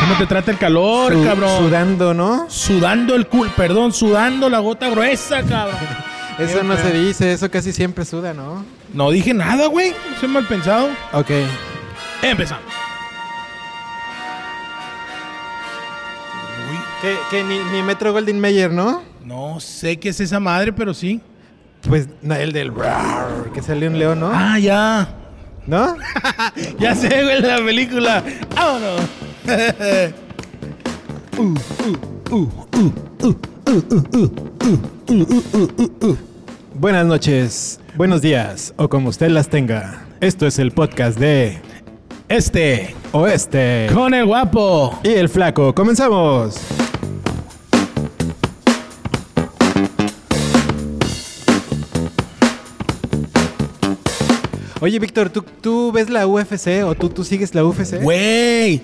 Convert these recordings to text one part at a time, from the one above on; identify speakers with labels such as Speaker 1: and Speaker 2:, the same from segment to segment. Speaker 1: ¿Cómo te trata el calor,
Speaker 2: Su-
Speaker 1: cabrón?
Speaker 2: Sudando, ¿no?
Speaker 1: Sudando el culo, perdón, sudando la gota gruesa, cabrón.
Speaker 2: Eso no se dice, eso casi siempre suda, ¿no?
Speaker 1: No dije nada, güey. Soy mal pensado.
Speaker 2: Ok.
Speaker 1: Empezamos.
Speaker 2: Que, que ni, ni Metro Golding Mayer, ¿no?
Speaker 1: No sé qué es esa madre, pero sí.
Speaker 2: Pues no, el del rar, que salió un león, ¿no?
Speaker 1: Ah, ya.
Speaker 2: ¿No?
Speaker 1: Ya sé, güey, la película. ¡Vámonos!
Speaker 2: Buenas noches, buenos días, o como usted las tenga. Esto es el podcast de
Speaker 1: Este,
Speaker 2: Oeste.
Speaker 1: con el guapo.
Speaker 2: Y el flaco, comenzamos. Oye, Víctor, ¿tú, ¿tú ves la UFC o tú, tú sigues la UFC?
Speaker 1: Güey.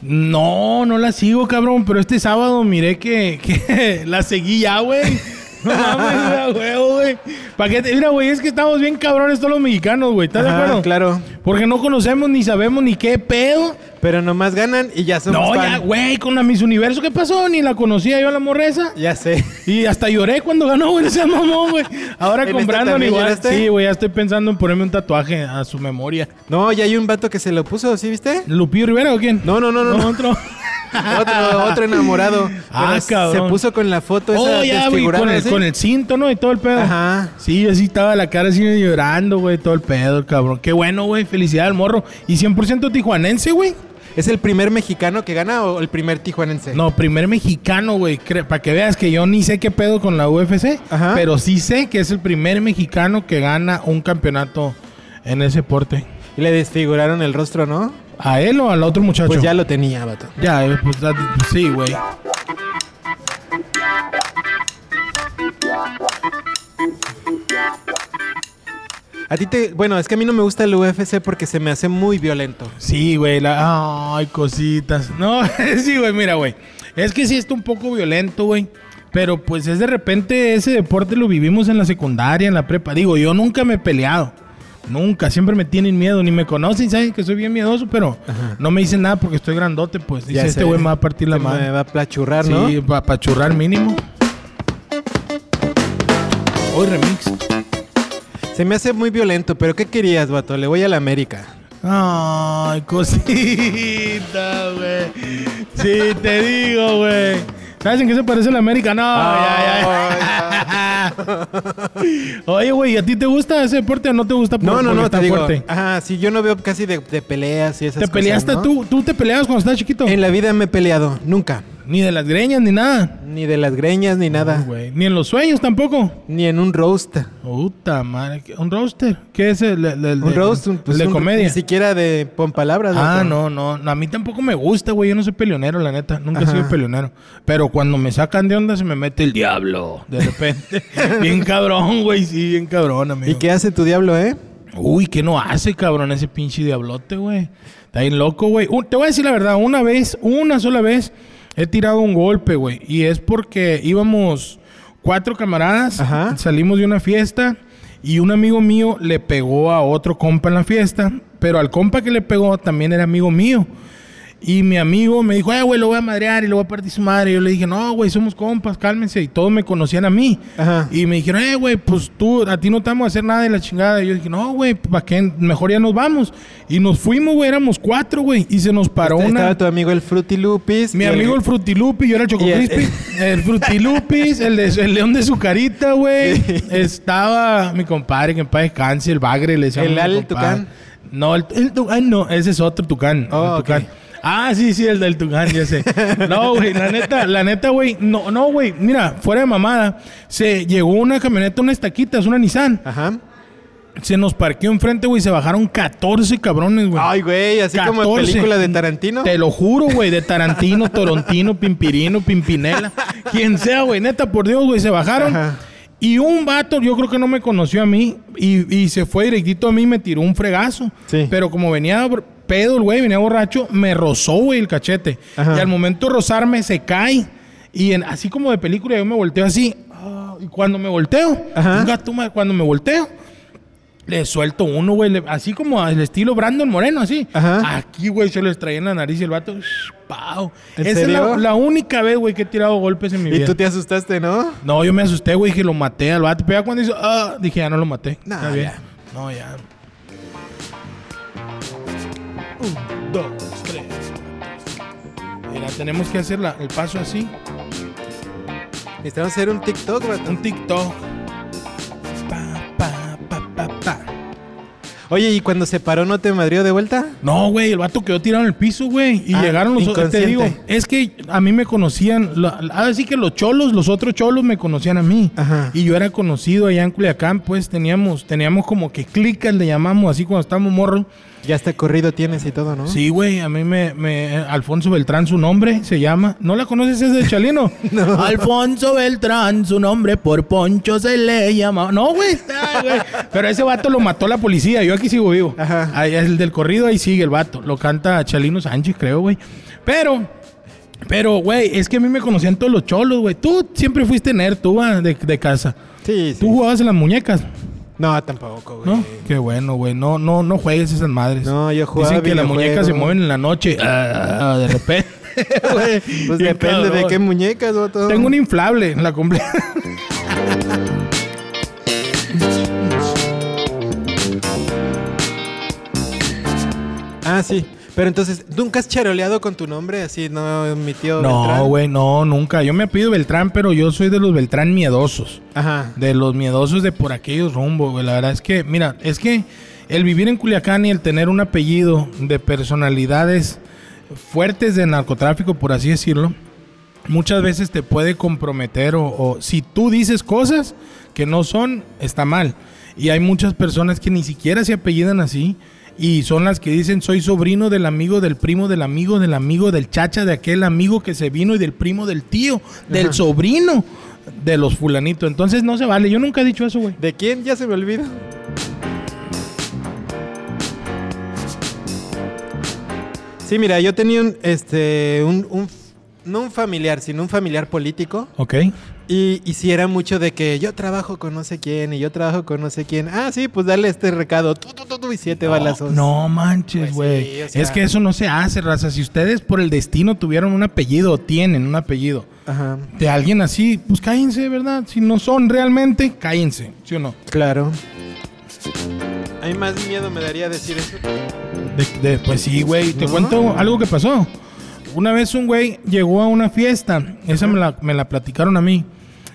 Speaker 1: No, no la sigo, cabrón. Pero este sábado miré que, que la seguí ya, güey. No mames, era huevo, güey. Pa' que te- Mira, güey, es que estamos bien cabrones todos los mexicanos, güey. ¿Estás de
Speaker 2: Ajá,
Speaker 1: acuerdo?
Speaker 2: claro.
Speaker 1: Porque no conocemos ni sabemos ni qué pedo.
Speaker 2: Pero nomás ganan y ya somos
Speaker 1: No,
Speaker 2: fan.
Speaker 1: ya, güey, con la Miss Universo, ¿qué pasó? Ni la conocía yo a la morreza.
Speaker 2: Ya sé.
Speaker 1: Y hasta lloré cuando ganó, güey, ese mamón, güey. Ahora
Speaker 2: ¿En esta
Speaker 1: comprando
Speaker 2: también
Speaker 1: igual.
Speaker 2: lloraste?
Speaker 1: Sí, güey, ya estoy pensando en ponerme un tatuaje a su memoria.
Speaker 2: No, ya hay un vato que se lo puso, ¿sí viste?
Speaker 1: ¿Lupillo Rivera o quién?
Speaker 2: No, no, no, no. no.
Speaker 1: otro.
Speaker 2: otro, otro enamorado.
Speaker 1: Ah,
Speaker 2: Pero
Speaker 1: cabrón.
Speaker 2: Se puso con la foto esa
Speaker 1: Oh, ya, güey,
Speaker 2: desfigurada,
Speaker 1: con el,
Speaker 2: ¿sí?
Speaker 1: con el cinto, ¿no? Y todo el pedo.
Speaker 2: Ajá.
Speaker 1: Sí, yo sí estaba la cara así llorando, güey, todo el pedo, cabrón. Qué bueno, güey, felicidad al morro. Y 100% tijuanense, güey.
Speaker 2: ¿Es el primer mexicano que gana o el primer tijuanense?
Speaker 1: No, primer mexicano, güey. Para que veas que yo ni sé qué pedo con la UFC,
Speaker 2: Ajá.
Speaker 1: pero sí sé que es el primer mexicano que gana un campeonato en ese deporte.
Speaker 2: Y le desfiguraron el rostro, ¿no?
Speaker 1: ¿A él o al otro muchacho?
Speaker 2: Pues ya lo tenía, vato.
Speaker 1: Ya, eh, pues, that- sí, güey.
Speaker 2: A ti te. Bueno, es que a mí no me gusta el UFC porque se me hace muy violento.
Speaker 1: Sí, güey. la- Ay, cositas. No, sí, güey, mira, güey. Es que sí está un poco violento, güey. Pero pues es de repente ese deporte lo vivimos en la secundaria, en la prepa. Digo, yo nunca me he peleado. Nunca, siempre me tienen miedo, ni me conocen, saben que soy bien miedoso, pero no me dicen nada porque estoy grandote, pues. Dice,
Speaker 2: Ya
Speaker 1: este
Speaker 2: sé.
Speaker 1: güey me va a partir la
Speaker 2: Se Me
Speaker 1: madre.
Speaker 2: va a plachurrar, ¿no?
Speaker 1: Sí, para churrar mínimo. Hoy remix.
Speaker 2: Se me hace muy violento, pero ¿qué querías, vato? Le voy a la América.
Speaker 1: Ay, cosita, güey. Sí, te digo, güey. ¿Sabes en qué se parece la América? No,
Speaker 2: Ah,
Speaker 1: ya, ya. Oye, güey, ¿y a ti te gusta ese deporte o no te gusta? por-
Speaker 2: No, no,
Speaker 1: porque
Speaker 2: no,
Speaker 1: está
Speaker 2: te digo.
Speaker 1: fuerte?
Speaker 2: Ajá, sí, yo no veo casi de, de peleas y esas
Speaker 1: ¿Te
Speaker 2: cosas,
Speaker 1: peleaste
Speaker 2: ¿no?
Speaker 1: tú? ¿Tú te peleabas cuando estabas chiquito?
Speaker 2: En la vida me he peleado, nunca.
Speaker 1: Ni de las greñas, ni nada.
Speaker 2: Ni de las greñas, ni nada.
Speaker 1: Ay, güey. Ni en los sueños tampoco.
Speaker 2: Ni en un roast.
Speaker 1: Puta madre. ¿qué- ¿Un roaster? ¿Qué es el, el- el-
Speaker 2: Un
Speaker 1: el-
Speaker 2: roast, un-
Speaker 1: el
Speaker 2: pues,
Speaker 1: de
Speaker 2: un-
Speaker 1: comedia?
Speaker 2: Ni siquiera de pon palabras.
Speaker 1: Ah,
Speaker 2: vato.
Speaker 1: no, no, no, A mí tampoco me gusta, güey. Yo no soy peleonero, la neta. Nunca he
Speaker 2: Ajá.
Speaker 1: sido peleonero. Pero cuando me sacan de onda se me mete el diablo. De repente. bien cabrón, güey. Sí, bien cabrón, amigo.
Speaker 2: ¿Y qué hace tu diablo, eh?
Speaker 1: Uy, ¿qué no hace, cabrón? Ese pinche diablote, güey. Está bien loco, güey. Un- te voy a decir la verdad. Una vez, una sola vez, he tirado un golpe, güey. Y es porque íbamos cuatro camaradas.
Speaker 2: Ajá.
Speaker 1: Salimos de una fiesta. Y un amigo mío le pegó a otro compa en la fiesta. Pero al compa que le pegó también era amigo mío. Y mi amigo me dijo, eh, güey, lo voy a madrear y lo voy a partir su madre. Y yo le dije, no, güey, somos compas, cálmense. Y todos me conocían a mí.
Speaker 2: Ajá.
Speaker 1: Y me dijeron, eh, güey, pues tú, a ti no te vamos a hacer nada de la chingada. Y yo dije, no, güey, ¿para qué? Mejor ya nos vamos. Y nos fuimos, güey, éramos cuatro, güey. Y se nos paró
Speaker 2: Este-
Speaker 1: una...
Speaker 2: Estaba tu amigo el Fruity Lupis.
Speaker 1: Mi
Speaker 2: y
Speaker 1: amigo el Frutilupi, yo era el Choco
Speaker 2: Y el-
Speaker 1: Crispy. El Frutilupis, el, de- el león de su carita, güey. Estaba mi compadre que en paz descanse, el Bagre, le decíamos
Speaker 2: ¿El
Speaker 1: a mi
Speaker 2: Al
Speaker 1: compadre.
Speaker 2: Tucán?
Speaker 1: No, el, el Tucán no, ese es otro Tucán.
Speaker 2: Oh,
Speaker 1: el Tucán.
Speaker 2: ok.
Speaker 1: Ah, sí, sí, el del Tucán, ya sé. No, güey, la neta, la neta, güey. No, no, güey, mira, fuera de mamada. Se llegó una camioneta, una estaquita, es una Nissan.
Speaker 2: Ajá.
Speaker 1: Se nos parqueó enfrente, güey, se bajaron 14 cabrones, güey.
Speaker 2: Ay, güey, así
Speaker 1: 14.
Speaker 2: como en película de Tarantino.
Speaker 1: Te lo juro, güey, de Tarantino, Torontino, Pimpirino, Pimpinela, quien sea, güey, neta, por Dios, güey, se bajaron.
Speaker 2: Ajá.
Speaker 1: Y un vato, yo creo que no me conoció a mí, y, y se fue directito a mí y me tiró un fregazo.
Speaker 2: Sí.
Speaker 1: Pero como venía br- pedo el güey, venía borracho, me rozó, güey, el cachete.
Speaker 2: Ajá.
Speaker 1: Y al momento de rozarme, se cae. Y en- así como de película, yo me volteo así. ah, y cuando me volteo,
Speaker 2: Ajá.
Speaker 1: un gato, ma- cuando me volteo, Le suelto uno, güey. le- Así como al estilo Brandon Moreno, así.
Speaker 2: Ajá.
Speaker 1: Aquí, güey, se les traía en la nariz y el vato. shh, ¡Pau!
Speaker 2: ¿En
Speaker 1: Esa es
Speaker 2: serio?
Speaker 1: la, la única vez, güey, que he tirado golpes en mi
Speaker 2: Y
Speaker 1: vida.
Speaker 2: tú te asustaste, ¿no?
Speaker 1: No, yo me asusté, güey, dije, lo maté al vato. Pero ya cuando hizo, ah, dije, ya no lo maté.
Speaker 2: Nah,
Speaker 1: Está bien.
Speaker 2: ya.
Speaker 1: No, ya. Un, dos, tres. Mira, tenemos que hacer la- el paso así.
Speaker 2: Necesitamos hacer un TikTok, vato.
Speaker 1: Un TikTok. Pa, pa, pa, pa, pa.
Speaker 2: Oye, ¿y cuando se paró no te madrió de vuelta?
Speaker 1: No, güey, el vato quedó tirado en el piso, güey. Y
Speaker 2: Ah,
Speaker 1: llegaron los otros. Te digo,
Speaker 2: inconsciente.
Speaker 1: es que a mí me conocían. la- la- Ahora sí que los cholos, los otros cholos me conocían a mí.
Speaker 2: Ajá.
Speaker 1: Y yo era conocido allá en Culiacán, pues teníamos, teníamos como que clicas, le llamamos así cuando estábamos morros.
Speaker 2: Ya está corrido tienes y todo, ¿no?
Speaker 1: Sí, güey, a mí me, me- Alfonso Beltrán, su nombre se llama. ¿No la conoces ese de Chalino? Alfonso Beltrán, su nombre por Poncho se le llama. No, güey. ay, güey. Pero ese vato lo mató la policía. Yo aquí sigo vivo.
Speaker 2: Ajá.
Speaker 1: Ahí, el del corrido ahí sigue el vato. Lo canta Chalino Sánchez, creo, güey. Pero. Pero, güey, es que a mí me conocían todos los cholos, güey. Tú siempre fuiste nerd, tú, ah, de, de casa.
Speaker 2: Sí, sí.
Speaker 1: Tú jugabas en las muñecas,
Speaker 2: No, tampoco, güey.
Speaker 1: ¿no? Qué bueno, güey. No, no, no juegues esas madres.
Speaker 2: Pues, No, yo jugaba
Speaker 1: Dicen que las
Speaker 2: videojuegos.
Speaker 1: muñecas se mueven en la noche. Ah, ah, de repente. güey.
Speaker 2: Pues
Speaker 1: Bien
Speaker 2: depende de
Speaker 1: cabrón.
Speaker 2: qué muñecas, vato.
Speaker 1: Tengo un inflable en la completa.
Speaker 2: Ah, sí. Pero entonces, ¿nunca has charoleado con tu nombre? Así, no, mi tío
Speaker 1: No,
Speaker 2: Beltrán?
Speaker 1: güey, no, nunca. Yo me pido Beltrán, pero yo soy de los Beltrán miedosos.
Speaker 2: Ajá.
Speaker 1: De los miedosos de por aquellos rumbos, güey. La verdad es que, mira, es que el vivir en Culiacán y el tener un apellido de personalidades fuertes de narcotráfico, por así decirlo, muchas veces te puede comprometer o, o si tú dices cosas que no son, está mal. Y hay muchas personas que ni siquiera se apellidan así y son las que dicen soy sobrino del amigo, del primo, del amigo, del amigo, del chacha, de aquel amigo que se vino y del primo, del tío, del sobrino de los fulanitos. Entonces no se vale. Yo nunca he dicho eso, güey.
Speaker 2: ¿De quién? Ya se me olvida. Sí, mira, yo tenía un, este, un, un- no un familiar, sino un familiar político.
Speaker 1: Ok.
Speaker 2: Y, y sí era mucho de que yo trabajo con no sé quién y yo trabajo con no sé quién. Ah, sí, pues dale este recado. Tú, tú, tú, tú, y siete balazos.
Speaker 1: No manches,
Speaker 2: Pues
Speaker 1: güey.
Speaker 2: sí, o sea-
Speaker 1: Es que eso no se hace, raza. Si ustedes por el destino tuvieron un apellido o tienen un apellido
Speaker 2: Ajá.
Speaker 1: de alguien así, pues cállense, ¿verdad? Si no son realmente, cállense, ¿sí o no?
Speaker 2: Claro. A mí más miedo me daría decir eso.
Speaker 1: De- de- pues sí, güey. Te
Speaker 2: No.
Speaker 1: cuento algo que pasó. Una vez un güey llegó a una fiesta. Esa me la, me la platicaron a mí.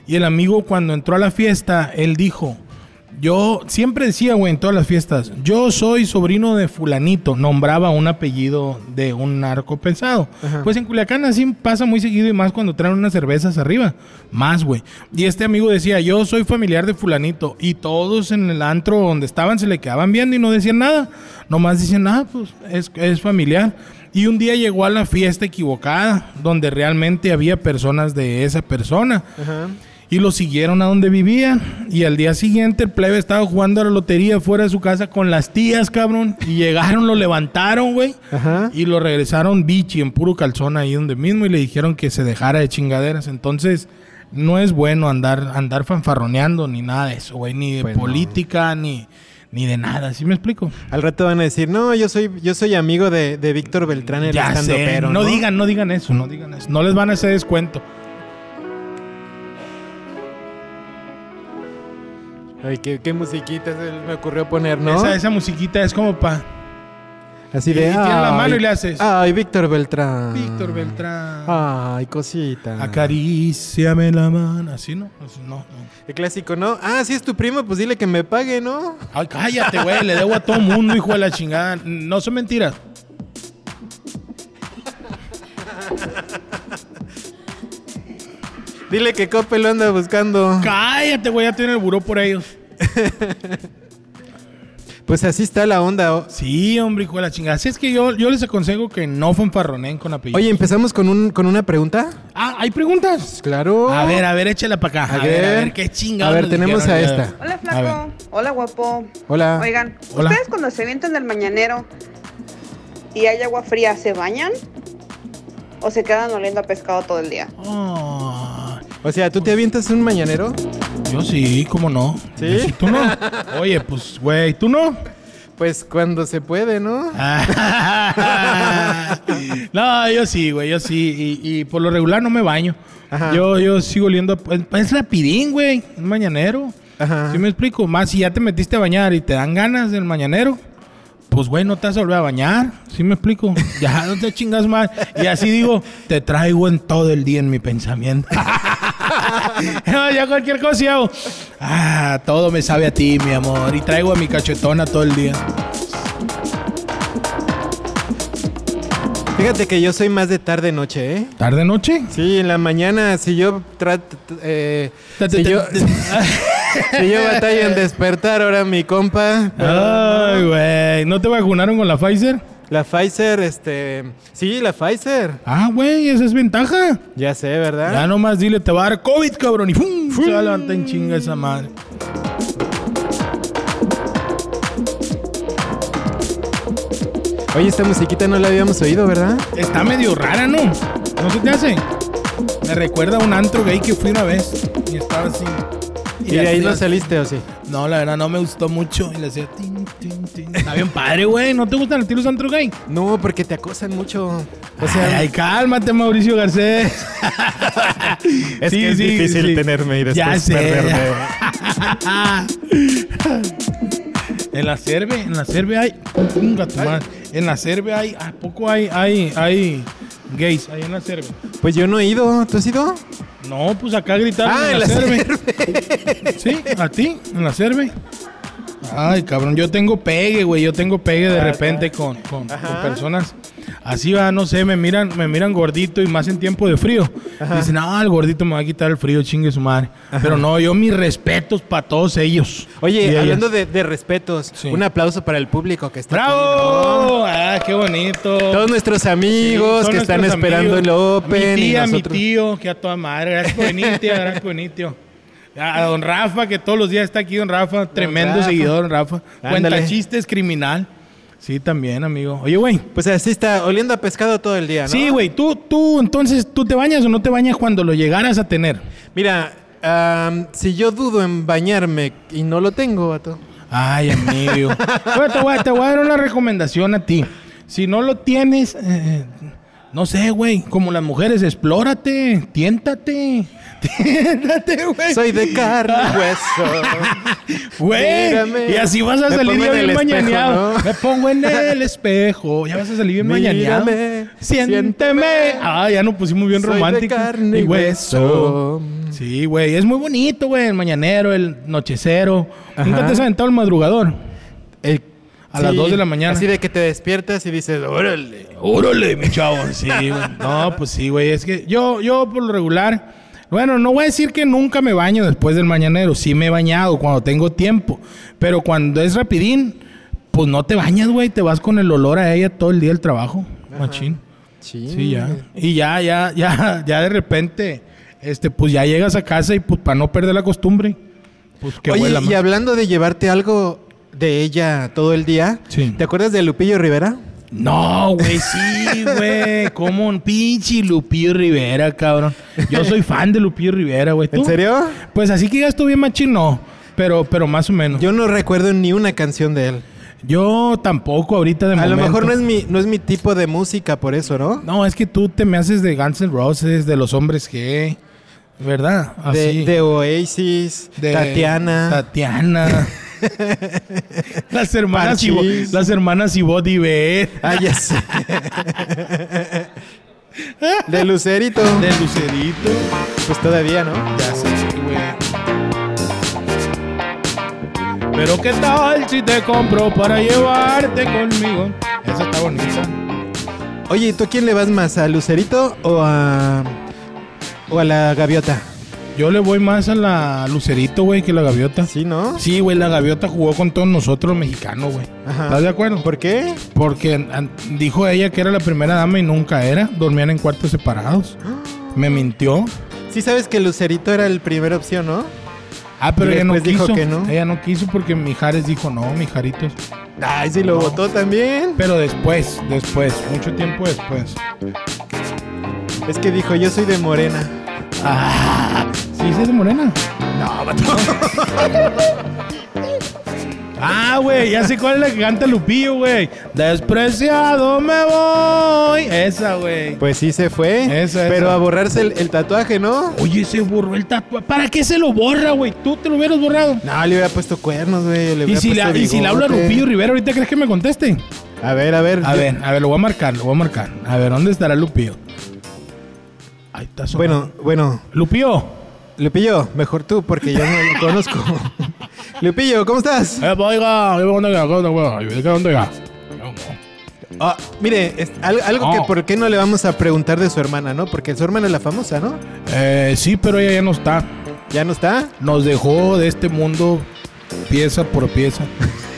Speaker 1: Y el amigo cuando entró a la fiesta, él dijo, yo siempre decía, güey, en todas las fiestas, yo soy sobrino de fulanito. Nombraba un apellido de un narco pensado.
Speaker 2: Ajá.
Speaker 1: Pues en Culiacán así pasa muy seguido y más cuando traen unas cervezas arriba. Más, güey. Y este amigo decía, yo soy familiar de fulanito. Y todos en el antro donde estaban se le quedaban viendo y no decían nada. Nomás decían, ah, pues es, es familiar. Y un día llegó a la fiesta equivocada, donde realmente había personas de esa persona.
Speaker 2: Ajá.
Speaker 1: Y lo siguieron a donde vivían. Y al día siguiente el plebe estaba jugando a la lotería fuera de su casa con las tías, cabrón. Y llegaron, lo levantaron, güey.
Speaker 2: Ajá.
Speaker 1: Y lo regresaron bichi en puro calzón ahí donde mismo y le dijeron que se dejara de chingaderas. Entonces, no es bueno andar, andar fanfarroneando ni nada de eso, güey. Ni de
Speaker 2: Pues no.
Speaker 1: política, ni, ni de nada. ¿Sí me explico?
Speaker 2: Al rato van a decir, no, yo soy, yo soy amigo de, de Víctor Beltrán, el
Speaker 1: Ya sé.
Speaker 2: estandopero",
Speaker 1: no, digan, no digan eso, no digan eso. No les van a hacer descuento.
Speaker 2: Ay, qué, qué musiquita se me ocurrió poner, ¿no?
Speaker 1: Esa, esa musiquita es como pa...
Speaker 2: Así
Speaker 1: Y
Speaker 2: de.
Speaker 1: tiene la
Speaker 2: "Ay,
Speaker 1: mano y le haces".
Speaker 2: Ay, Víctor Beltrán.
Speaker 1: Víctor Beltrán.
Speaker 2: Ay, cosita.
Speaker 1: Ah. Acaríciame la mano. Así no, así no, no.
Speaker 2: El clásico, ¿no? Ah, sí es tu primo, pues dile que me pague, ¿no?
Speaker 1: Ay, cállate, güey. Le debo a todo mundo, hijo de la chingada. No son mentiras.
Speaker 2: Dile que Coppel lo anda buscando.
Speaker 1: Cállate, güey. Ya tiene el buró por ellos.
Speaker 2: Pues así está la onda. o-
Speaker 1: Sí, hombre, hijo de la chingada. Así es que yo, yo les aconsejo que no fanfarroneen con apellidos.
Speaker 2: Oye, empezamos con, un, con una pregunta.
Speaker 1: Ah, ¿hay preguntas?
Speaker 2: Claro.
Speaker 1: A ver, a ver, échala para acá. A, ver, a ver, qué chingada.
Speaker 2: A ver, tenemos a esta.
Speaker 3: Hola
Speaker 1: A
Speaker 3: flaco, hola guapo.
Speaker 2: Hola.
Speaker 3: Oigan,
Speaker 1: Hola.
Speaker 3: ustedes cuando se avientan del mañanero y hay agua fría, ¿se bañan? ¿O se quedan oliendo a pescado todo el día?
Speaker 1: Oh,
Speaker 2: O sea, ¿tú te avientas un mañanero?
Speaker 1: Yo sí, ¿cómo no?
Speaker 2: ¿Sí?
Speaker 1: Yo ¿Tú no? Oye, pues, güey, ¿tú no?
Speaker 2: Pues cuando se puede, ¿no?
Speaker 1: Ah. no, yo sí, güey, yo sí. Y, y por lo regular no me baño.
Speaker 2: Ajá.
Speaker 1: Yo, yo sigo oliendo. Es, es rapidín, güey. Es mañanero.
Speaker 2: Ajá.
Speaker 1: ¿Sí me explico? Más si ya te metiste a bañar y te dan ganas del mañanero. Pues, güey, no te vas a volver a bañar. ¿Sí me explico? Ya no te chingas más. Y así digo, te traigo en todo el día en mi pensamiento. No, ya cualquier cosa yo hago. Ah, todo me sabe a ti, mi amor. Y traigo a mi cachetona todo el día.
Speaker 2: Fíjate que yo soy más de tarde-noche, ¿eh?
Speaker 1: ¿Tarde noche?
Speaker 2: Sí, en la mañana, si yo trato. eh,
Speaker 1: Ta- ta-
Speaker 2: si,
Speaker 1: ta-
Speaker 2: yo,
Speaker 1: ta-
Speaker 2: si yo batallo en despertar, ahora mi compa.
Speaker 1: Ay, güey. ¿No te vacunaron con la Pfizer?
Speaker 2: La Pfizer, este. Sí, la Pfizer.
Speaker 1: Ah, güey, esa es ventaja.
Speaker 2: Ya sé, ¿verdad?
Speaker 1: Ya nomás dile, te va a dar COVID, cabrón. Y ¡fum! Se va a levantar en chinga esa madre.
Speaker 2: Oye, esta musiquita no la habíamos oído, ¿verdad?
Speaker 1: Está medio rara, ¿no? ¿No se te hace? Me recuerda a un antro gay que fui una vez. Y estaba así.
Speaker 2: Y, de ahí
Speaker 1: hacía-
Speaker 2: no saliste, ¿o sí?
Speaker 1: No, la verdad no me gustó mucho. Y le hacía... tin, tin, tin. Está bien padre, güey. ¿No te gustan los tiros antro gay?
Speaker 2: No, porque te acosan mucho. O
Speaker 1: ay,
Speaker 2: sea,
Speaker 1: ay, cálmate, Mauricio Garcés.
Speaker 2: Es que es difícil tenerme y después perderme.
Speaker 1: en la cerve, en la cerve hay. Chinga tu madre. En la cerve hay. ¿A poco hay, hay, hay gays ahí en la cerve?
Speaker 2: pues yo no he ido. ¿Tú has ido?
Speaker 1: No, pues acá gritaron
Speaker 2: Ah,
Speaker 1: en, la, cerve. ¿Sí? ¿A ti? ¿En la cerve? Ay, cabrón, yo tengo pegue, güey. Yo tengo pegue de repente con, con- con
Speaker 2: Ah, Ajá.
Speaker 1: personas. Así va, no sé, me miran, me miran gordito y más en tiempo de frío. Dicen, ah, el gordito me va a quitar el frío, chingue su madre. Pero no, yo mis respetos para todos ellos.
Speaker 2: Oye,
Speaker 1: Y ellas.
Speaker 2: hablando de, de respetos,
Speaker 1: Sí.
Speaker 2: un aplauso para el público que está. aquí, ¿no?
Speaker 1: ¡Bravo! ¡Ah, qué bonito!
Speaker 2: Todos nuestros amigos
Speaker 1: Son
Speaker 2: que están
Speaker 1: nuestros
Speaker 2: esperando
Speaker 1: amigos.
Speaker 2: el Open.
Speaker 1: Mi tía,
Speaker 2: y
Speaker 1: mi
Speaker 2: nosotros...
Speaker 1: tío, que a toda madre. Gracias por venir, tía, gracias por venir, tío. A a don Rafa, que todos los días está aquí, don Rafa. tremendo
Speaker 2: Rafa.
Speaker 1: seguidor, don Rafa.
Speaker 2: Ándale.
Speaker 1: Cuenta chistes, criminal. Sí, también, amigo. Oye, güey.
Speaker 2: Pues así está, oliendo a pescado todo el día, ¿no?
Speaker 1: Sí, güey. Tú, tú, entonces, ¿tú te bañas o no te bañas cuando lo llegaras a tener?
Speaker 2: Mira, am, si yo dudo en bañarme y no lo tengo, vato.
Speaker 1: Ay, amigo. Bueno, te, voy, a- te voy a dar una recomendación a ti. Si no lo tienes, eh, no sé, güey. Como las mujeres, explórate, tiéntate. Tiéntate, güey. Ah,
Speaker 2: Soy de carne y hueso. Mírame.
Speaker 1: Güey, y así vas a
Speaker 2: Me
Speaker 1: salir
Speaker 2: pongo
Speaker 1: ya
Speaker 2: en
Speaker 1: bien
Speaker 2: el espejo,
Speaker 1: mañaneado.
Speaker 2: ¿no?
Speaker 1: Me pongo en el espejo. Ya vas a salir bien mañaneado.
Speaker 2: Mírame, siénteme.
Speaker 1: Siénteme. Ah, ya nos pusimos bien
Speaker 2: Soy de
Speaker 1: románticos.
Speaker 2: carne y hueso.
Speaker 1: mm. Sí, güey. Es muy bonito, güey. El mañanero, el nochecero.
Speaker 2: Ajá.
Speaker 1: Nunca te has aventado el madrugador.
Speaker 2: Eh,
Speaker 1: A las dos de la mañana.
Speaker 2: Así de que te despiertas y dices, órale.
Speaker 1: Órale, mi chavo. Sí, güey. No, pues sí, güey. Es que yo, yo por lo regular, bueno, no voy a decir que nunca me baño después del mañanero. Sí me he bañado cuando tengo tiempo. Pero cuando es rapidín, pues no te bañas, güey. Te vas con el olor a ella todo el día del trabajo. Machín. Sí, ya. Y ya, ya, ya, ya de repente, este, pues ya llegas a casa y pues para no perder la costumbre, pues que
Speaker 2: Oye,
Speaker 1: huela
Speaker 2: y
Speaker 1: más.
Speaker 2: hablando de llevarte algo de ella todo el día,
Speaker 1: Sí.
Speaker 2: ¿te acuerdas de Lupillo Rivera?
Speaker 1: No, güey, sí, güey. Como un pinche Lupillo Rivera, cabrón. Yo soy fan de Lupillo Rivera, güey. ¿Tú?
Speaker 2: ¿En serio?
Speaker 1: Pues así que ya estuve bien machín, no. Pero, pero más o menos. Yo,
Speaker 2: Yo no recuerdo ni una canción de él.
Speaker 1: tampoco ahorita de
Speaker 2: A lo
Speaker 1: momento.
Speaker 2: mejor no es mi, no es mi tipo de música por eso, ¿no?
Speaker 1: No, es que tú te me haces de Guns N' Roses, de los hombres G. ¿Verdad?
Speaker 2: De,
Speaker 1: Así.
Speaker 2: de Oasis,
Speaker 1: Ah, de
Speaker 2: Tatiana.
Speaker 1: Tatiana. las hermanas y
Speaker 2: Parchís.
Speaker 1: las hermanas y Body B.
Speaker 2: ah, ya sé. de Lucerito.
Speaker 1: De Lucerito.
Speaker 2: Pues todavía, ¿no?
Speaker 1: Ya sé, güey. Pero qué tal si te compro para llevarte conmigo. Esa está bonita.
Speaker 2: Oye, ¿y tú a quién le vas más? ¿A Lucerito o a. o a la gaviota?
Speaker 1: Yo le voy más a la Lucerito, güey, que la gaviota.
Speaker 2: ¿Sí, no?
Speaker 1: Sí, güey, la gaviota jugó con todos nosotros los mexicanos, güey.
Speaker 2: Ajá.
Speaker 1: ¿Estás de acuerdo?
Speaker 2: ¿Por qué?
Speaker 1: Porque an- dijo ella que era la primera dama y nunca era. Dormían en cuartos separados. Me mintió.
Speaker 2: Sí, sabes que Lucerito era el primera opción, ¿no?
Speaker 1: Ah, pero
Speaker 2: Y
Speaker 1: ella no
Speaker 2: después dijo
Speaker 1: quiso.
Speaker 2: que no.
Speaker 1: Ella no quiso porque Mijares dijo no, Mijaritos.
Speaker 2: Ay, sí, lo votó también.
Speaker 1: Pero después, después, mucho tiempo después.
Speaker 2: Es que dijo, yo soy de Morena.
Speaker 1: Ah, Sí, sí es de morena.
Speaker 2: No, vato.
Speaker 1: Ah, güey, ya sé cuál es la que canta Lupillo, güey. Despreciado me voy. Esa, güey.
Speaker 2: Pues sí se fue.
Speaker 1: Eso, eso.
Speaker 2: pero a borrarse el, el tatuaje, ¿no?
Speaker 1: Oye, se borró el tatuaje. ¿Para qué se lo borra, güey? Tú te lo hubieras borrado.
Speaker 2: No, le hubiera puesto cuernos, güey. le
Speaker 1: Y
Speaker 2: hubiera
Speaker 1: si, la-
Speaker 2: puesto
Speaker 1: y si le habla
Speaker 2: bigote.
Speaker 1: Lupillo Rivera, ¿ahorita crees que me conteste?
Speaker 2: A ver, a ver.
Speaker 1: A
Speaker 2: yo-
Speaker 1: ver, a ver, lo voy a marcar, lo voy a marcar. A ver, ¿dónde estará Lupillo? Ahí está sonando.
Speaker 2: Bueno, bueno.
Speaker 1: Lupillo.
Speaker 2: Lupillo, mejor tú, porque yo no lo conozco. Lupillo, ¿cómo estás?
Speaker 1: Eh, oiga, oiga, oiga, oiga, oiga, oiga, oiga.
Speaker 2: Ah, mire, es al- algo que
Speaker 1: Oh.
Speaker 2: por qué no le vamos a preguntar de su hermana, ¿no? Porque su hermana es la famosa, ¿no?
Speaker 1: Eh, sí, pero ella ya no está.
Speaker 2: Ya no está.
Speaker 1: Nos dejó de este mundo pieza por pieza.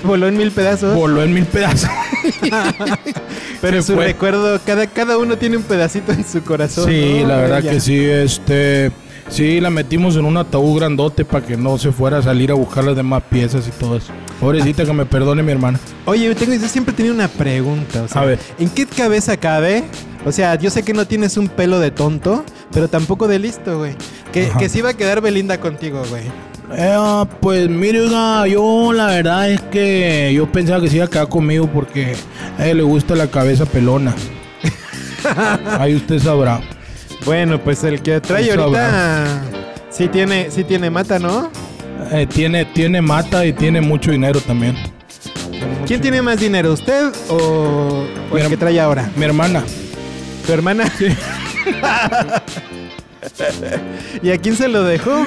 Speaker 2: Voló en mil pedazos.
Speaker 1: Voló en mil pedazos.
Speaker 2: pero
Speaker 1: se
Speaker 2: su
Speaker 1: fue.
Speaker 2: recuerdo, cada, cada uno tiene un pedacito en su corazón.
Speaker 1: Sí,
Speaker 2: ¿no?
Speaker 1: la verdad
Speaker 2: Ya.
Speaker 1: que sí, este. Sí, la metimos en un ataúd grandote para que no se fuera a salir a buscar las demás piezas y todo eso. Pobrecita, que me perdone mi hermana.
Speaker 2: Oye, yo, tengo, yo siempre he tenido una pregunta. O sea,
Speaker 1: A ver.
Speaker 2: ¿En qué cabeza cabe? O sea, yo sé que no tienes un pelo de tonto, pero tampoco de listo, güey. Que,
Speaker 1: Ajá.
Speaker 2: que sí va a quedar Belinda contigo, güey.
Speaker 1: Eh, pues mire, oiga, yo la verdad es que yo pensaba que se iba a quedar conmigo porque a ella le gusta la cabeza pelona. Ahí usted sabrá.
Speaker 2: Bueno, pues el que trae
Speaker 1: Eso
Speaker 2: ahorita sí tiene, sí tiene mata, ¿no?
Speaker 1: Eh, tiene, tiene mata y tiene mucho dinero también.
Speaker 2: ¿Quién tiene más dinero, usted o, o el
Speaker 1: Mira-
Speaker 2: que trae ahora?
Speaker 1: Mi hermana.
Speaker 2: ¿Tu hermana? ¿Y a quién se lo dejó?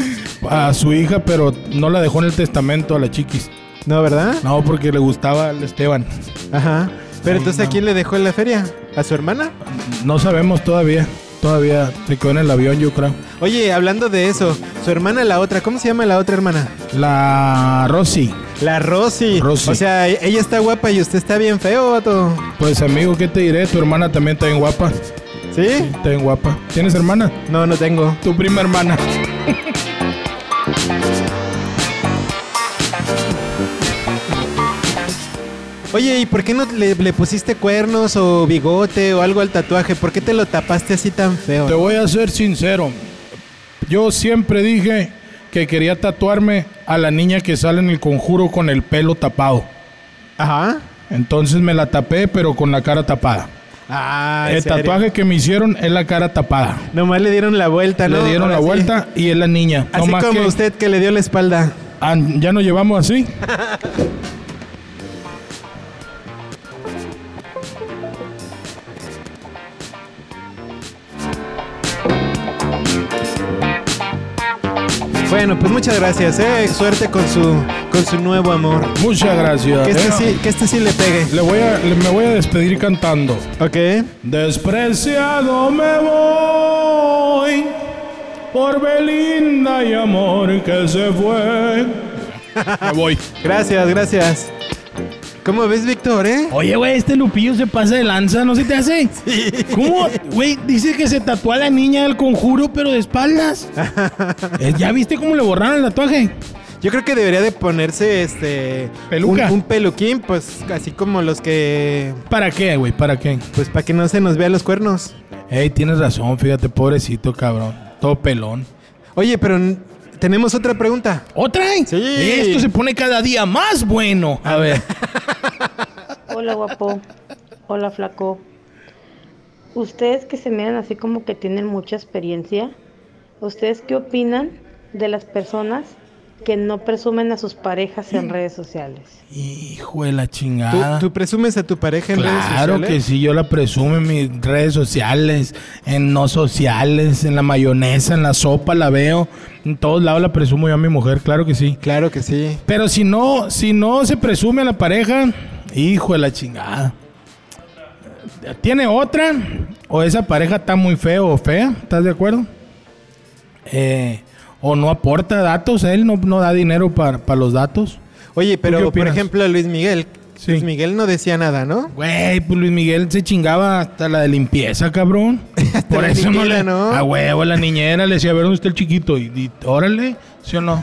Speaker 1: A su hija, pero no la dejó en el testamento a la chiquis.
Speaker 2: No, ¿verdad?
Speaker 1: No, porque le gustaba al Esteban.
Speaker 2: Ajá. Pero
Speaker 1: Sí,
Speaker 2: entonces, ¿a
Speaker 1: no.
Speaker 2: quién le dejó en la feria? ¿A su hermana?
Speaker 1: No sabemos todavía. Todavía se quedó en el avión, yo creo.
Speaker 2: Oye, hablando de eso, su hermana, la otra, ¿cómo se llama la otra hermana?
Speaker 1: La Rosy.
Speaker 2: La Rosy.
Speaker 1: Rosy.
Speaker 2: O sea, e- ella está guapa y usted está bien feo, vato.
Speaker 1: Pues amigo, ¿qué te diré? Tu hermana también está bien guapa.
Speaker 2: ¿Sí?
Speaker 1: Está bien guapa. ¿Tienes hermana?
Speaker 2: No, no tengo.
Speaker 1: Tu prima hermana.
Speaker 2: Oye, ¿y por qué no le, le pusiste cuernos o bigote o algo al tatuaje? ¿Por qué te lo tapaste así tan feo?
Speaker 1: Te voy a ser sincero. Yo siempre dije que quería tatuarme a la niña que sale en el conjuro con el pelo tapado.
Speaker 2: Ajá.
Speaker 1: Entonces me la tapé, pero con la cara tapada.
Speaker 2: Ah, ¿en
Speaker 1: El
Speaker 2: serio?
Speaker 1: tatuaje que me hicieron es la cara tapada.
Speaker 2: Nomás le dieron la vuelta, Ah, ¿no?
Speaker 1: Le dieron
Speaker 2: Ahora
Speaker 1: la
Speaker 2: sí.
Speaker 1: vuelta y es la niña. No
Speaker 2: Así
Speaker 1: más
Speaker 2: como
Speaker 1: que-
Speaker 2: usted que le dio la espalda.
Speaker 1: Ah, ya nos llevamos así.
Speaker 2: Bueno, pues muchas gracias, ¿eh? Suerte con su, con su nuevo amor.
Speaker 1: Muchas gracias.
Speaker 2: Que este,
Speaker 1: Eh,
Speaker 2: sí, que este sí le pegue.
Speaker 1: Le voy a, le- me voy a despedir cantando.
Speaker 2: Ok.
Speaker 1: Despreciado me voy por Belinda y amor que se fue. Me voy.
Speaker 2: Gracias, gracias. ¿Cómo ves, Víctor, eh?
Speaker 1: Oye, güey, este Lupillo se pasa de lanza, ¿no se te hace? ¿Cómo? Güey, dice que se tatuó a la niña del conjuro, pero de espaldas. Eh, ¿Ya viste cómo le borraron el tatuaje?
Speaker 2: Yo creo que debería de ponerse este.
Speaker 1: Peluca.
Speaker 2: Un, un peluquín, pues así como los que.
Speaker 1: ¿Para qué, güey? ¿Para qué?
Speaker 2: Pues para que no se nos vean los cuernos.
Speaker 1: Ey, tienes razón, fíjate, pobrecito cabrón. Todo pelón.
Speaker 2: Oye, pero n- tenemos otra pregunta.
Speaker 1: ¿Otra?
Speaker 2: Sí.
Speaker 1: Esto se pone cada día más bueno. A ver.
Speaker 4: Hola guapo, hola flaco. Ustedes que se miran así como que tienen mucha experiencia, ¿ustedes qué opinan de las personas que no presumen a sus parejas en redes sociales?
Speaker 1: Hijo de la
Speaker 2: ¿Tú,
Speaker 1: chingada.
Speaker 2: tú presumes a tu pareja en redes
Speaker 1: Ah. claro
Speaker 2: sociales?
Speaker 1: que sí, yo la presumo en mis redes sociales, en no sociales, en la mayonesa, en la sopa, la veo. En todos lados la presumo yo a mi mujer, claro que sí.
Speaker 2: Claro que sí.
Speaker 1: Pero si no, si no se presume a la pareja, hijo de la chingada. ¿Tiene otra? ¿O esa pareja está muy feo o fea? ¿Estás de acuerdo? Eh, ¿O no aporta datos? ¿Él no, no da dinero para los datos?
Speaker 2: Oye,
Speaker 1: qué
Speaker 2: pero por
Speaker 1: opinas?
Speaker 2: ejemplo, Luis Miguel.
Speaker 1: Sí.
Speaker 2: Luis Miguel no decía nada, ¿no?
Speaker 1: Güey, pues Luis Miguel se chingaba hasta la de limpieza, cabrón. Por
Speaker 2: la
Speaker 1: eso no
Speaker 2: niñera,
Speaker 1: le...
Speaker 2: ¿no?
Speaker 1: A huevo, la niñera le decía, a ver, ¿dónde está el chiquito? Y, y, órale, ¿sí o no?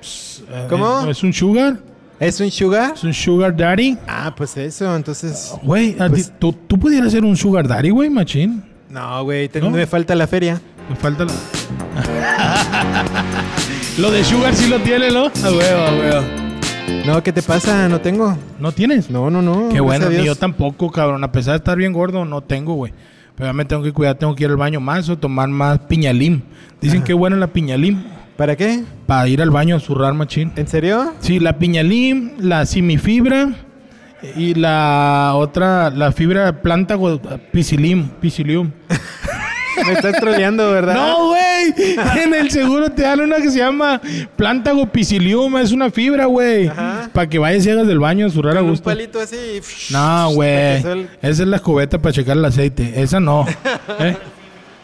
Speaker 1: Pss, eh,
Speaker 2: ¿Cómo?
Speaker 1: ¿Es un sugar?
Speaker 2: ¿Es un sugar?
Speaker 1: ¿Es un sugar daddy?
Speaker 2: Ah, pues eso, entonces.
Speaker 1: Güey, a ti-
Speaker 2: Pues-
Speaker 1: ¿tú, tú pudieras ser un sugar daddy, güey, machín.
Speaker 2: No, güey, te-
Speaker 1: ¿No?
Speaker 2: me falta la feria.
Speaker 1: Me falta la... Lo de Sugar sí lo tiene, ¿no? A huevo, a huevo.
Speaker 2: No, ¿qué te pasa? No tengo.
Speaker 1: ¿No tienes?
Speaker 2: No, no, no.
Speaker 1: Qué
Speaker 2: Mm. gracias
Speaker 1: bueno,
Speaker 2: a
Speaker 1: ni
Speaker 2: Dios.
Speaker 1: yo tampoco, cabrón. A pesar de estar bien gordo, no tengo, güey. Pero ya me tengo que cuidar, tengo que ir al baño más o tomar más piñalim. Dicen que es buena la piñalim
Speaker 2: ¿Para qué?
Speaker 1: para ir al baño a zurrar machín.
Speaker 2: ¿En serio?
Speaker 1: Sí, la piñalim, la simifibra y la otra, la fibra planta güey, pisilim, pisilium.
Speaker 2: Me estás troleando, ¿verdad?
Speaker 1: No, güey. En el seguro te dan una que se llama plántago pisilium. Es una fibra, güey.
Speaker 2: Ajá.
Speaker 1: Para que vayas y hagas del baño a zurrar a
Speaker 2: Con un
Speaker 1: gusto.
Speaker 2: palito así.
Speaker 1: No, güey.
Speaker 2: Para que sal-
Speaker 1: Esa Pues, es la cubeta para checar el aceite. Esa no. ¿Eh?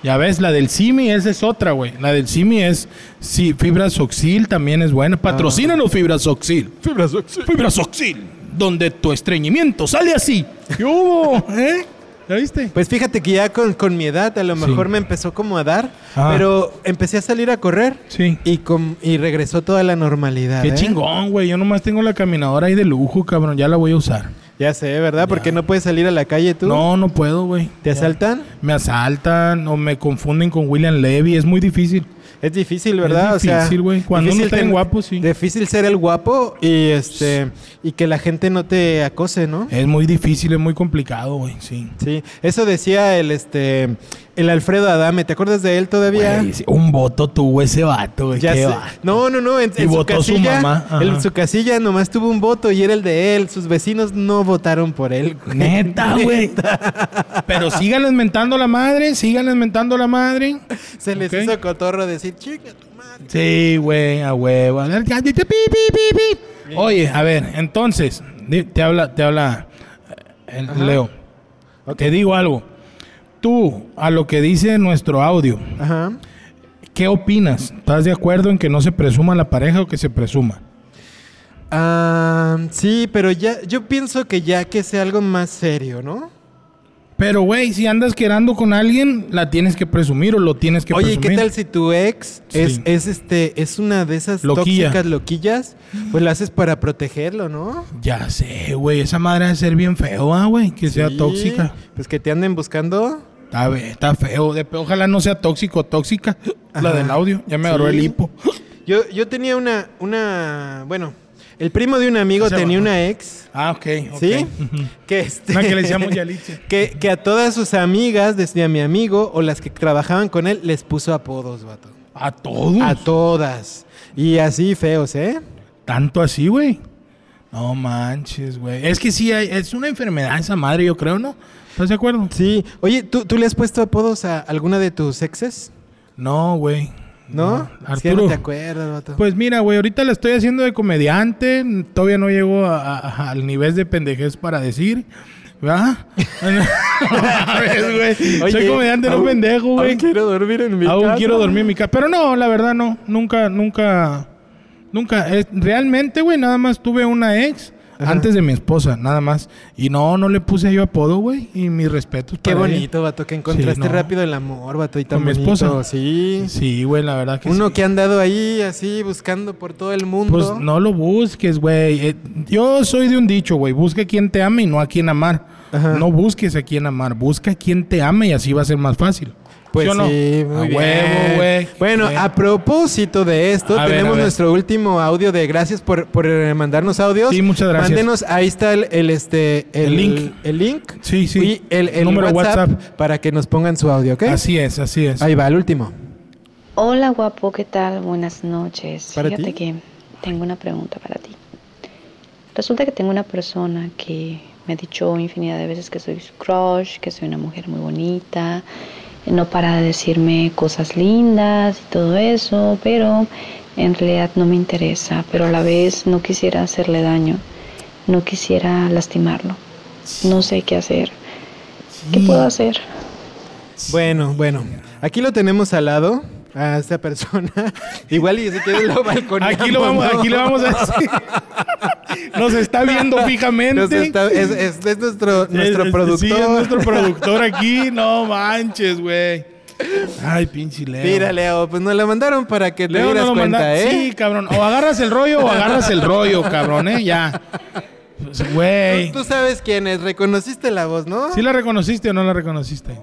Speaker 1: Ya ves, la del Simi, esa es otra, güey. La del Simi es sí, Fibrasoxil, también es buena. Patrocínanos Fibrasoxil. Fibrasoxil. Fibrasoxil. Donde tu estreñimiento sale así. ¿Qué hubo? ¿Eh? ¿Ya viste?
Speaker 2: Pues fíjate que ya con, con mi edad a lo
Speaker 1: Sí.
Speaker 2: mejor me empezó como a dar,
Speaker 1: Ah.
Speaker 2: pero empecé a salir a correr
Speaker 1: Sí.
Speaker 2: y, com- y regresó toda la normalidad.
Speaker 1: Qué
Speaker 2: ¿eh?
Speaker 1: chingón, güey. Yo nomás tengo la caminadora ahí de lujo, cabrón. Ya la voy a usar.
Speaker 2: Ya sé, ¿verdad? Porque no puedes salir a la calle tú.
Speaker 1: No, no puedo, güey.
Speaker 2: ¿Te asaltan?
Speaker 1: Me asaltan o me confunden con William Levy. Es muy difícil.
Speaker 2: Es difícil, ¿verdad?
Speaker 1: Es difícil, güey. Cuando uno está bien guapo, sí.
Speaker 2: Difícil ser el guapo y este y que la gente no te acose, ¿no?
Speaker 1: Es muy difícil, es muy complicado, güey. Sí.
Speaker 2: Sí, eso decía el este el Alfredo Adame, ¿te acuerdas de él todavía?
Speaker 1: Güey, sí, un voto tuvo ese vato, güey.
Speaker 2: Ya
Speaker 1: qué
Speaker 2: sé.
Speaker 1: va.
Speaker 2: No, no, no. En,
Speaker 1: Y
Speaker 2: en su
Speaker 1: votó su
Speaker 2: casilla,
Speaker 1: mamá, ajá.
Speaker 2: En su casilla nomás tuvo un voto y era el de él. Sus vecinos no votaron por él. güey.
Speaker 1: Neta, güey. Pero síganles mentando la madre, síganles mentando la madre.
Speaker 2: Se les
Speaker 1: Ok.
Speaker 2: hizo cotorro decir, chica tu madre.
Speaker 1: Sí, güey, a huevo. A ver, ya, ya, ya, pi, pi, pi, pi. Oye, a ver, entonces, di- te habla, te habla eh, el Leo. Te digo algo. Tú, a lo que dice nuestro audio,
Speaker 2: Ajá.
Speaker 1: ¿qué opinas? ¿Estás de acuerdo en que no se presuma la pareja o que se presuma?
Speaker 2: Ah, sí, pero ya, yo pienso que ya que sea algo más serio, ¿no?
Speaker 1: Pero, güey, si andas quedando con alguien, la tienes que presumir o lo tienes que
Speaker 2: Oye, ¿y
Speaker 1: presumir.
Speaker 2: ¿qué tal si tu ex es,
Speaker 1: Sí.
Speaker 2: es este, es una de esas
Speaker 1: Loquilla.
Speaker 2: tóxicas loquillas? Pues la haces para protegerlo, ¿no?
Speaker 1: Ya sé, güey, esa madre ha de ser bien feo, ah, güey, que sea
Speaker 2: Sí,
Speaker 1: tóxica.
Speaker 2: Pues que te anden buscando.
Speaker 1: Está, be- está feo. De- ojalá no sea tóxico o tóxica. La
Speaker 2: Ajá.
Speaker 1: del audio. Ya me agarró
Speaker 2: Sí.
Speaker 1: el hipo.
Speaker 2: Yo, yo tenía una, una, bueno, el primo de un amigo
Speaker 1: Ese
Speaker 2: tenía
Speaker 1: va.
Speaker 2: una ex,
Speaker 1: Ah, ok. ok.
Speaker 2: ¿sí?
Speaker 1: Ujú.
Speaker 2: Que este,
Speaker 1: Una que le decíamos Yalitza.
Speaker 2: que, que a todas sus amigas, desde a mi amigo o las que trabajaban con él, les puso apodos, vato.
Speaker 1: A todos.
Speaker 2: A todas. Y así feos, ¿eh?
Speaker 1: Tanto así, güey. No manches, güey. Es que sí, hay- es una enfermedad esa madre, yo creo, ¿no? ¿Estás de acuerdo?
Speaker 2: Sí. Oye, ¿tú, tú le has puesto apodos a alguna de tus exes?
Speaker 1: No, güey.
Speaker 2: ¿No? Es que ya
Speaker 1: Ah, Arturo.
Speaker 2: no te acuerdas, vato.
Speaker 1: Pues mira, güey, ahorita la estoy haciendo de comediante. n- Todavía no llego a- a- al nivel de pendejez para decir. ¿Verdad? A ver, güey. Soy
Speaker 2: Oye,
Speaker 1: comediante, no
Speaker 2: aún-
Speaker 1: pendejo, güey.
Speaker 2: aún quiero dormir en mi
Speaker 1: Aún
Speaker 2: casa.
Speaker 1: quiero dormir en mi casa. Pero no, la verdad no. Nunca, nunca. Nunca. Es- realmente, güey, nada más tuve una ex.
Speaker 2: Ajá.
Speaker 1: Antes de mi esposa, nada más. Y no, no le puse yo apodo, güey. Y mis respetos.
Speaker 2: Qué
Speaker 1: para ella.
Speaker 2: bonito, vato, que encontraste
Speaker 1: no.
Speaker 2: rápido el amor, vato, y tan
Speaker 1: Con mi
Speaker 2: bonito.
Speaker 1: esposa.
Speaker 2: Sí.
Speaker 1: Sí, güey, la verdad que
Speaker 2: Uno
Speaker 1: sí.
Speaker 2: que ha andado ahí así buscando por todo el mundo.
Speaker 1: Pues no lo busques, güey. Eh, yo soy de un dicho, güey. Busca a quien te ame y no a quien amar.
Speaker 2: Ajá.
Speaker 1: No busques a quien amar. Busca a quien te ame y así va a ser más fácil.
Speaker 2: Pues
Speaker 1: ¿Sí o no?
Speaker 2: sí,
Speaker 1: a
Speaker 2: muy bien.
Speaker 1: huevo, güey.
Speaker 2: Bueno,
Speaker 1: Eh,
Speaker 2: a propósito de esto,
Speaker 1: A ver,
Speaker 2: tenemos
Speaker 1: a ver.
Speaker 2: nuestro último audio de gracias por, por eh, mandarnos audios.
Speaker 1: Sí, muchas gracias.
Speaker 2: Mándenos, ahí está el, el, este
Speaker 1: El link.
Speaker 2: el link
Speaker 1: Sí, sí.
Speaker 2: y el, el
Speaker 1: Número
Speaker 2: WhatsApp,
Speaker 1: WhatsApp.
Speaker 2: para que nos pongan su audio, ¿ok?
Speaker 1: Así es, así es.
Speaker 2: Ahí va el último.
Speaker 5: Hola guapo, ¿qué tal? Buenas noches.
Speaker 2: Para ti.
Speaker 5: Fíjate que tengo una pregunta para ti. Resulta que tengo una persona que me ha dicho infinidad de veces que soy su crush, que soy una mujer muy bonita, eh, no para de decirme cosas lindas y todo eso, pero en realidad no me interesa, pero a la vez no quisiera hacerle daño, no quisiera lastimarlo. No sé qué hacer. ¿Qué puedo hacer?
Speaker 2: Bueno, bueno. Aquí lo tenemos al lado a esta persona. Igual y si quieres lo balconeamos.
Speaker 1: Aquí lo vamos,
Speaker 2: pues ¿no?
Speaker 1: aquí lo vamos a decir. Nos está viendo fijamente.
Speaker 2: Nos está- es, es- es nuestro, nuestro
Speaker 1: Es- es-
Speaker 2: productor.
Speaker 1: Sí, es nuestro productor aquí. No manches, güey. Ay, pinche Leo.
Speaker 2: Mira, Leo, pues nos la mandaron para que te
Speaker 1: Leo
Speaker 2: dieras
Speaker 1: no lo
Speaker 2: cuenta,
Speaker 1: manda-
Speaker 2: ¿eh?
Speaker 1: Sí, cabrón. O agarras el rollo o agarras el rollo, cabrón, ¿eh? Ya. Pues, Güey.
Speaker 2: Tú, tú sabes quién es, reconociste la voz, ¿no?
Speaker 1: ¿Sí la reconociste o no la reconociste?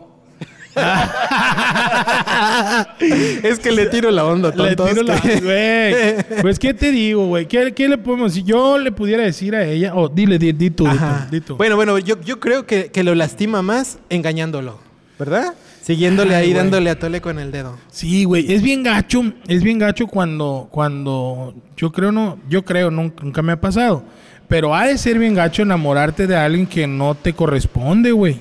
Speaker 2: es que le tiro la onda,
Speaker 1: Le
Speaker 2: tontos,
Speaker 1: tiro la...
Speaker 2: que-
Speaker 1: Güey, pues, ¿qué te digo, güey? ¿Qué, qué le podemos... Si yo le pudiera decir a ella... Oh, dile, di, di tú, di
Speaker 2: Ajá.
Speaker 1: tú, di tú.
Speaker 2: Bueno, bueno, yo, yo creo que, que lo lastima más engañándolo, ¿verdad? Siguiéndole
Speaker 1: Ay,
Speaker 2: ahí,
Speaker 1: güey.
Speaker 2: dándole a tole con el dedo.
Speaker 1: Sí, güey, es bien gacho, es bien gacho cuando, cuando, yo creo no, yo creo, nun- nunca, me ha pasado, pero ha de ser bien gacho enamorarte de alguien que no te corresponde, güey.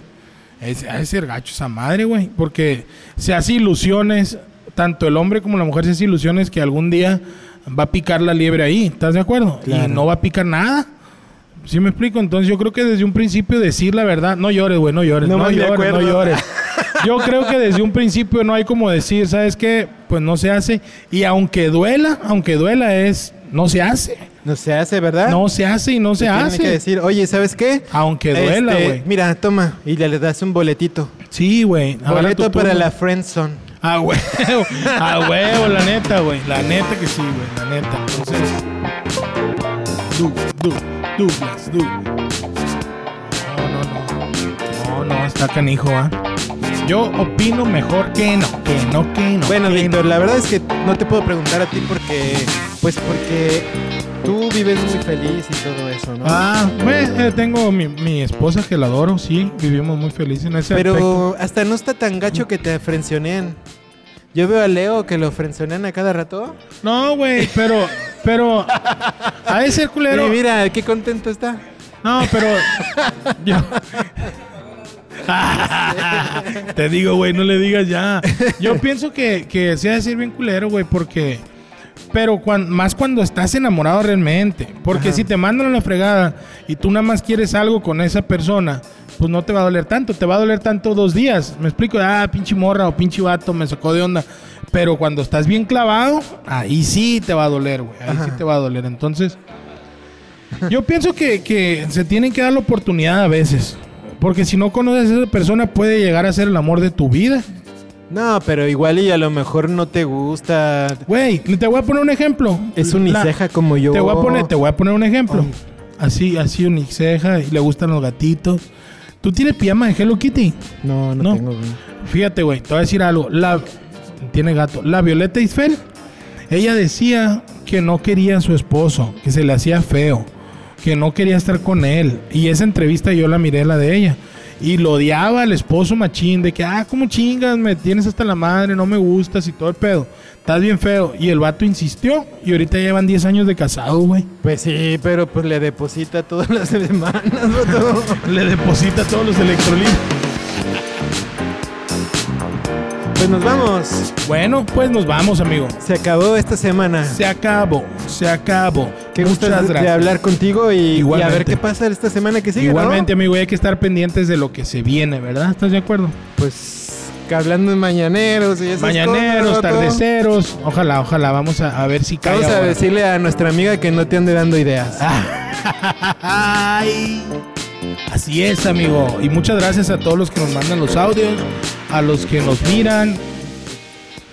Speaker 1: Es, ha de ser gacho esa madre, güey, porque se hace ilusiones, tanto el hombre como la mujer se hace ilusiones que algún día va a picar la liebre ahí, ¿estás de acuerdo? Y
Speaker 2: Claro.
Speaker 1: no va a picar nada. ¿Sí me explico? Entonces yo creo que desde un principio decir la verdad, no llores, güey, no llores,
Speaker 2: No
Speaker 1: no,
Speaker 2: más me
Speaker 1: llores, no
Speaker 2: acuerdo.
Speaker 1: llores. Yo creo que desde un principio no hay como decir, ¿sabes qué? Pues no se hace. Y aunque duela, aunque duela es, no se hace.
Speaker 2: No se hace, ¿verdad?
Speaker 1: No se hace y no se
Speaker 2: Tienen Ah. que
Speaker 1: hace.
Speaker 2: decir, oye, ¿sabes qué? Este,
Speaker 1: Aunque duela, güey.
Speaker 2: mira, toma. Y le, le das un boletito.
Speaker 1: Sí, güey. Ahora
Speaker 2: Boleto
Speaker 1: tu
Speaker 2: para
Speaker 1: turno.
Speaker 2: la Friendzone.
Speaker 1: A huevo, Ah, a huevo, la neta, güey. La neta que sí, güey, la neta. Entonces. Du, du, Douglas, du. No, no, no. No, no, está canijo, ¿ah? Yo opino mejor que no, que no, que no.
Speaker 2: Bueno,
Speaker 1: que
Speaker 2: Víctor,
Speaker 1: no.
Speaker 2: la verdad es que no te puedo preguntar a ti porque, pues porque tú vives muy feliz y todo eso, ¿no?
Speaker 1: Ah, pues, eh, tengo mi, mi esposa que la adoro, sí. Vivimos muy felices en ese aspecto.
Speaker 2: Pero hasta no está tan gacho que te frencioneen. Yo veo a Leo que lo frencionean a cada rato.
Speaker 1: No, güey, pero, pero. A ese culero.
Speaker 2: Pero mira, qué contento está.
Speaker 1: No, pero yo... Te digo, güey, no le digas ya. Yo pienso que, que se ha de ser bien culero, güey, porque... Pero cuan- más cuando estás enamorado realmente. Porque
Speaker 2: Ajá.
Speaker 1: si te mandan a la fregada y tú nada más quieres algo con esa persona, pues no te va a doler tanto. Te va a doler tanto dos días. Me explico, ah, pinche morra o pinche vato me sacó de onda. Pero cuando estás bien clavado, ahí sí te va a doler, güey. Ahí sí
Speaker 2: Ajá.
Speaker 1: te va a doler. Entonces, yo pienso que, que se tienen que dar la oportunidad a veces. Porque si no conoces a esa persona, puede llegar a ser el amor de tu vida.
Speaker 2: No, pero igual y a lo mejor no te gusta.
Speaker 1: Güey, te voy a poner un ejemplo.
Speaker 2: Es
Speaker 1: La-
Speaker 2: uniceja como yo.
Speaker 1: Te voy a poner, te voy a poner un ejemplo.
Speaker 2: Ay.
Speaker 1: Así, así uniceja y le gustan los gatitos. ¿Tú tienes pijama de Hello Kitty?
Speaker 2: No, no,
Speaker 1: No.
Speaker 2: tengo. güey.
Speaker 1: Fíjate, güey, te voy a decir algo. La tiene gato. La Violeta Isfel, ella decía que no quería a su esposo, que se le hacía feo, que no quería estar con él. Y esa entrevista yo la miré la de ella. Y lo odiaba al esposo machín, de que, ah, ¿cómo chingas? Me tienes hasta la madre, no me gustas y todo el pedo. Estás bien feo. Y el vato insistió. Y ahorita llevan 10 años de casado, güey.
Speaker 2: Pues sí, pero pues le deposita todas las semanas. vato.
Speaker 1: Le deposita todos los electrolitos.
Speaker 2: pues nos vamos.
Speaker 1: Bueno, pues nos vamos, amigo.
Speaker 2: Se acabó esta semana.
Speaker 1: Se acabó, se acabó.
Speaker 2: Qué gusto
Speaker 1: Muchas
Speaker 2: de- de hablar contigo y, y a ver
Speaker 1: Igualmente.
Speaker 2: qué pasa esta semana que sigue. ¿no?
Speaker 1: Igualmente, amigo, hay que estar pendientes de lo que se viene, ¿verdad? ¿Estás de acuerdo?
Speaker 2: Pues que hablando en mañaneros y esas
Speaker 1: Mañaneros,
Speaker 2: cosas, vato.
Speaker 1: tardeceros. Ojalá, ojalá. Vamos a, a ver si cae.
Speaker 2: Vamos a
Speaker 1: ahora. Ah,
Speaker 2: decirle a nuestra amiga que no te ande dando ideas.
Speaker 1: Ay. Así es, amigo. Y muchas gracias a todos los que nos mandan los audios, a los que nos miran,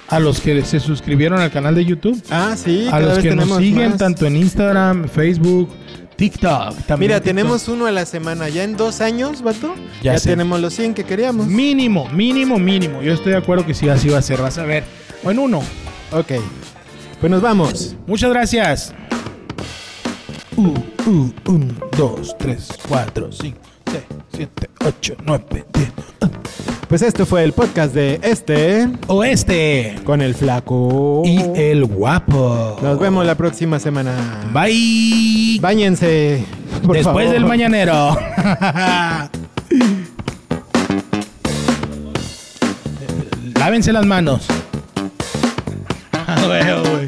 Speaker 1: a los que se suscribieron al canal de YouTube,
Speaker 2: Ah, sí,
Speaker 1: a
Speaker 2: cada
Speaker 1: los
Speaker 2: vez
Speaker 1: que nos
Speaker 2: tenemos
Speaker 1: siguen
Speaker 2: más.
Speaker 1: tanto en Instagram, Facebook, TikTok. También
Speaker 2: Mira,
Speaker 1: en TikTok.
Speaker 2: tenemos uno a la semana. Ya en dos años, vato,
Speaker 1: Ya
Speaker 2: ya,
Speaker 1: sé.
Speaker 2: tenemos los 100 que queríamos.
Speaker 1: Mínimo, mínimo, mínimo. Yo estoy de acuerdo que sí, así va a ser. Vas a ver. O en uno.
Speaker 2: Ok. Pues nos vamos.
Speaker 1: Muchas gracias. Uh, 1, 2, 3, 4, 5, 6, 7, 8, 9, 10.
Speaker 2: Pues esto fue el podcast de este
Speaker 1: Oeste
Speaker 2: con el flaco.
Speaker 1: y eh, el guapo.
Speaker 2: Nos vemos la próxima semana.
Speaker 1: Bye.
Speaker 2: Báñense. por
Speaker 1: Después
Speaker 2: favor.
Speaker 1: del mañanero. Lávense las manos. A huevo, güey.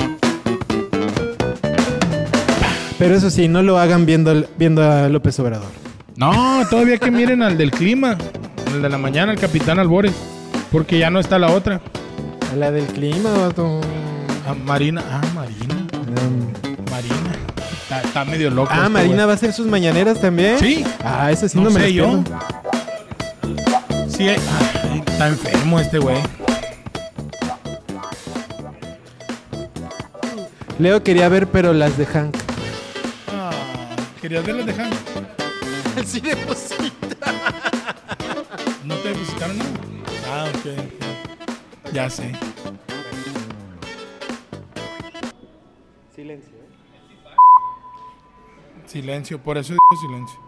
Speaker 2: Pero eso sí, no lo hagan viendo, viendo a López Obrador.
Speaker 1: No, todavía que miren al del clima, el de la mañana, el capitán Albores, porque ya no está la otra.
Speaker 2: A la del clima, vato.
Speaker 1: Ah, Marina, ah, Marina, Marina. Está, está medio loco.
Speaker 2: Ah,
Speaker 1: este
Speaker 2: Marina
Speaker 1: güey.
Speaker 2: va a hacer sus mañaneras también.
Speaker 1: Sí.
Speaker 2: Ah, eso sí no,
Speaker 1: no
Speaker 2: me
Speaker 1: sé
Speaker 2: lo
Speaker 1: yo.
Speaker 2: pierdo.
Speaker 1: Sí, eh, ay, está enfermo este güey.
Speaker 2: Leo quería ver, pero las de Hank.
Speaker 1: Ah, ¿Querías verlo dejar?
Speaker 2: Sí, de
Speaker 1: ¿No te depositaron nada? Ah, ok. Ya sé.
Speaker 2: Silencio.
Speaker 1: Silencio, por eso digo silencio.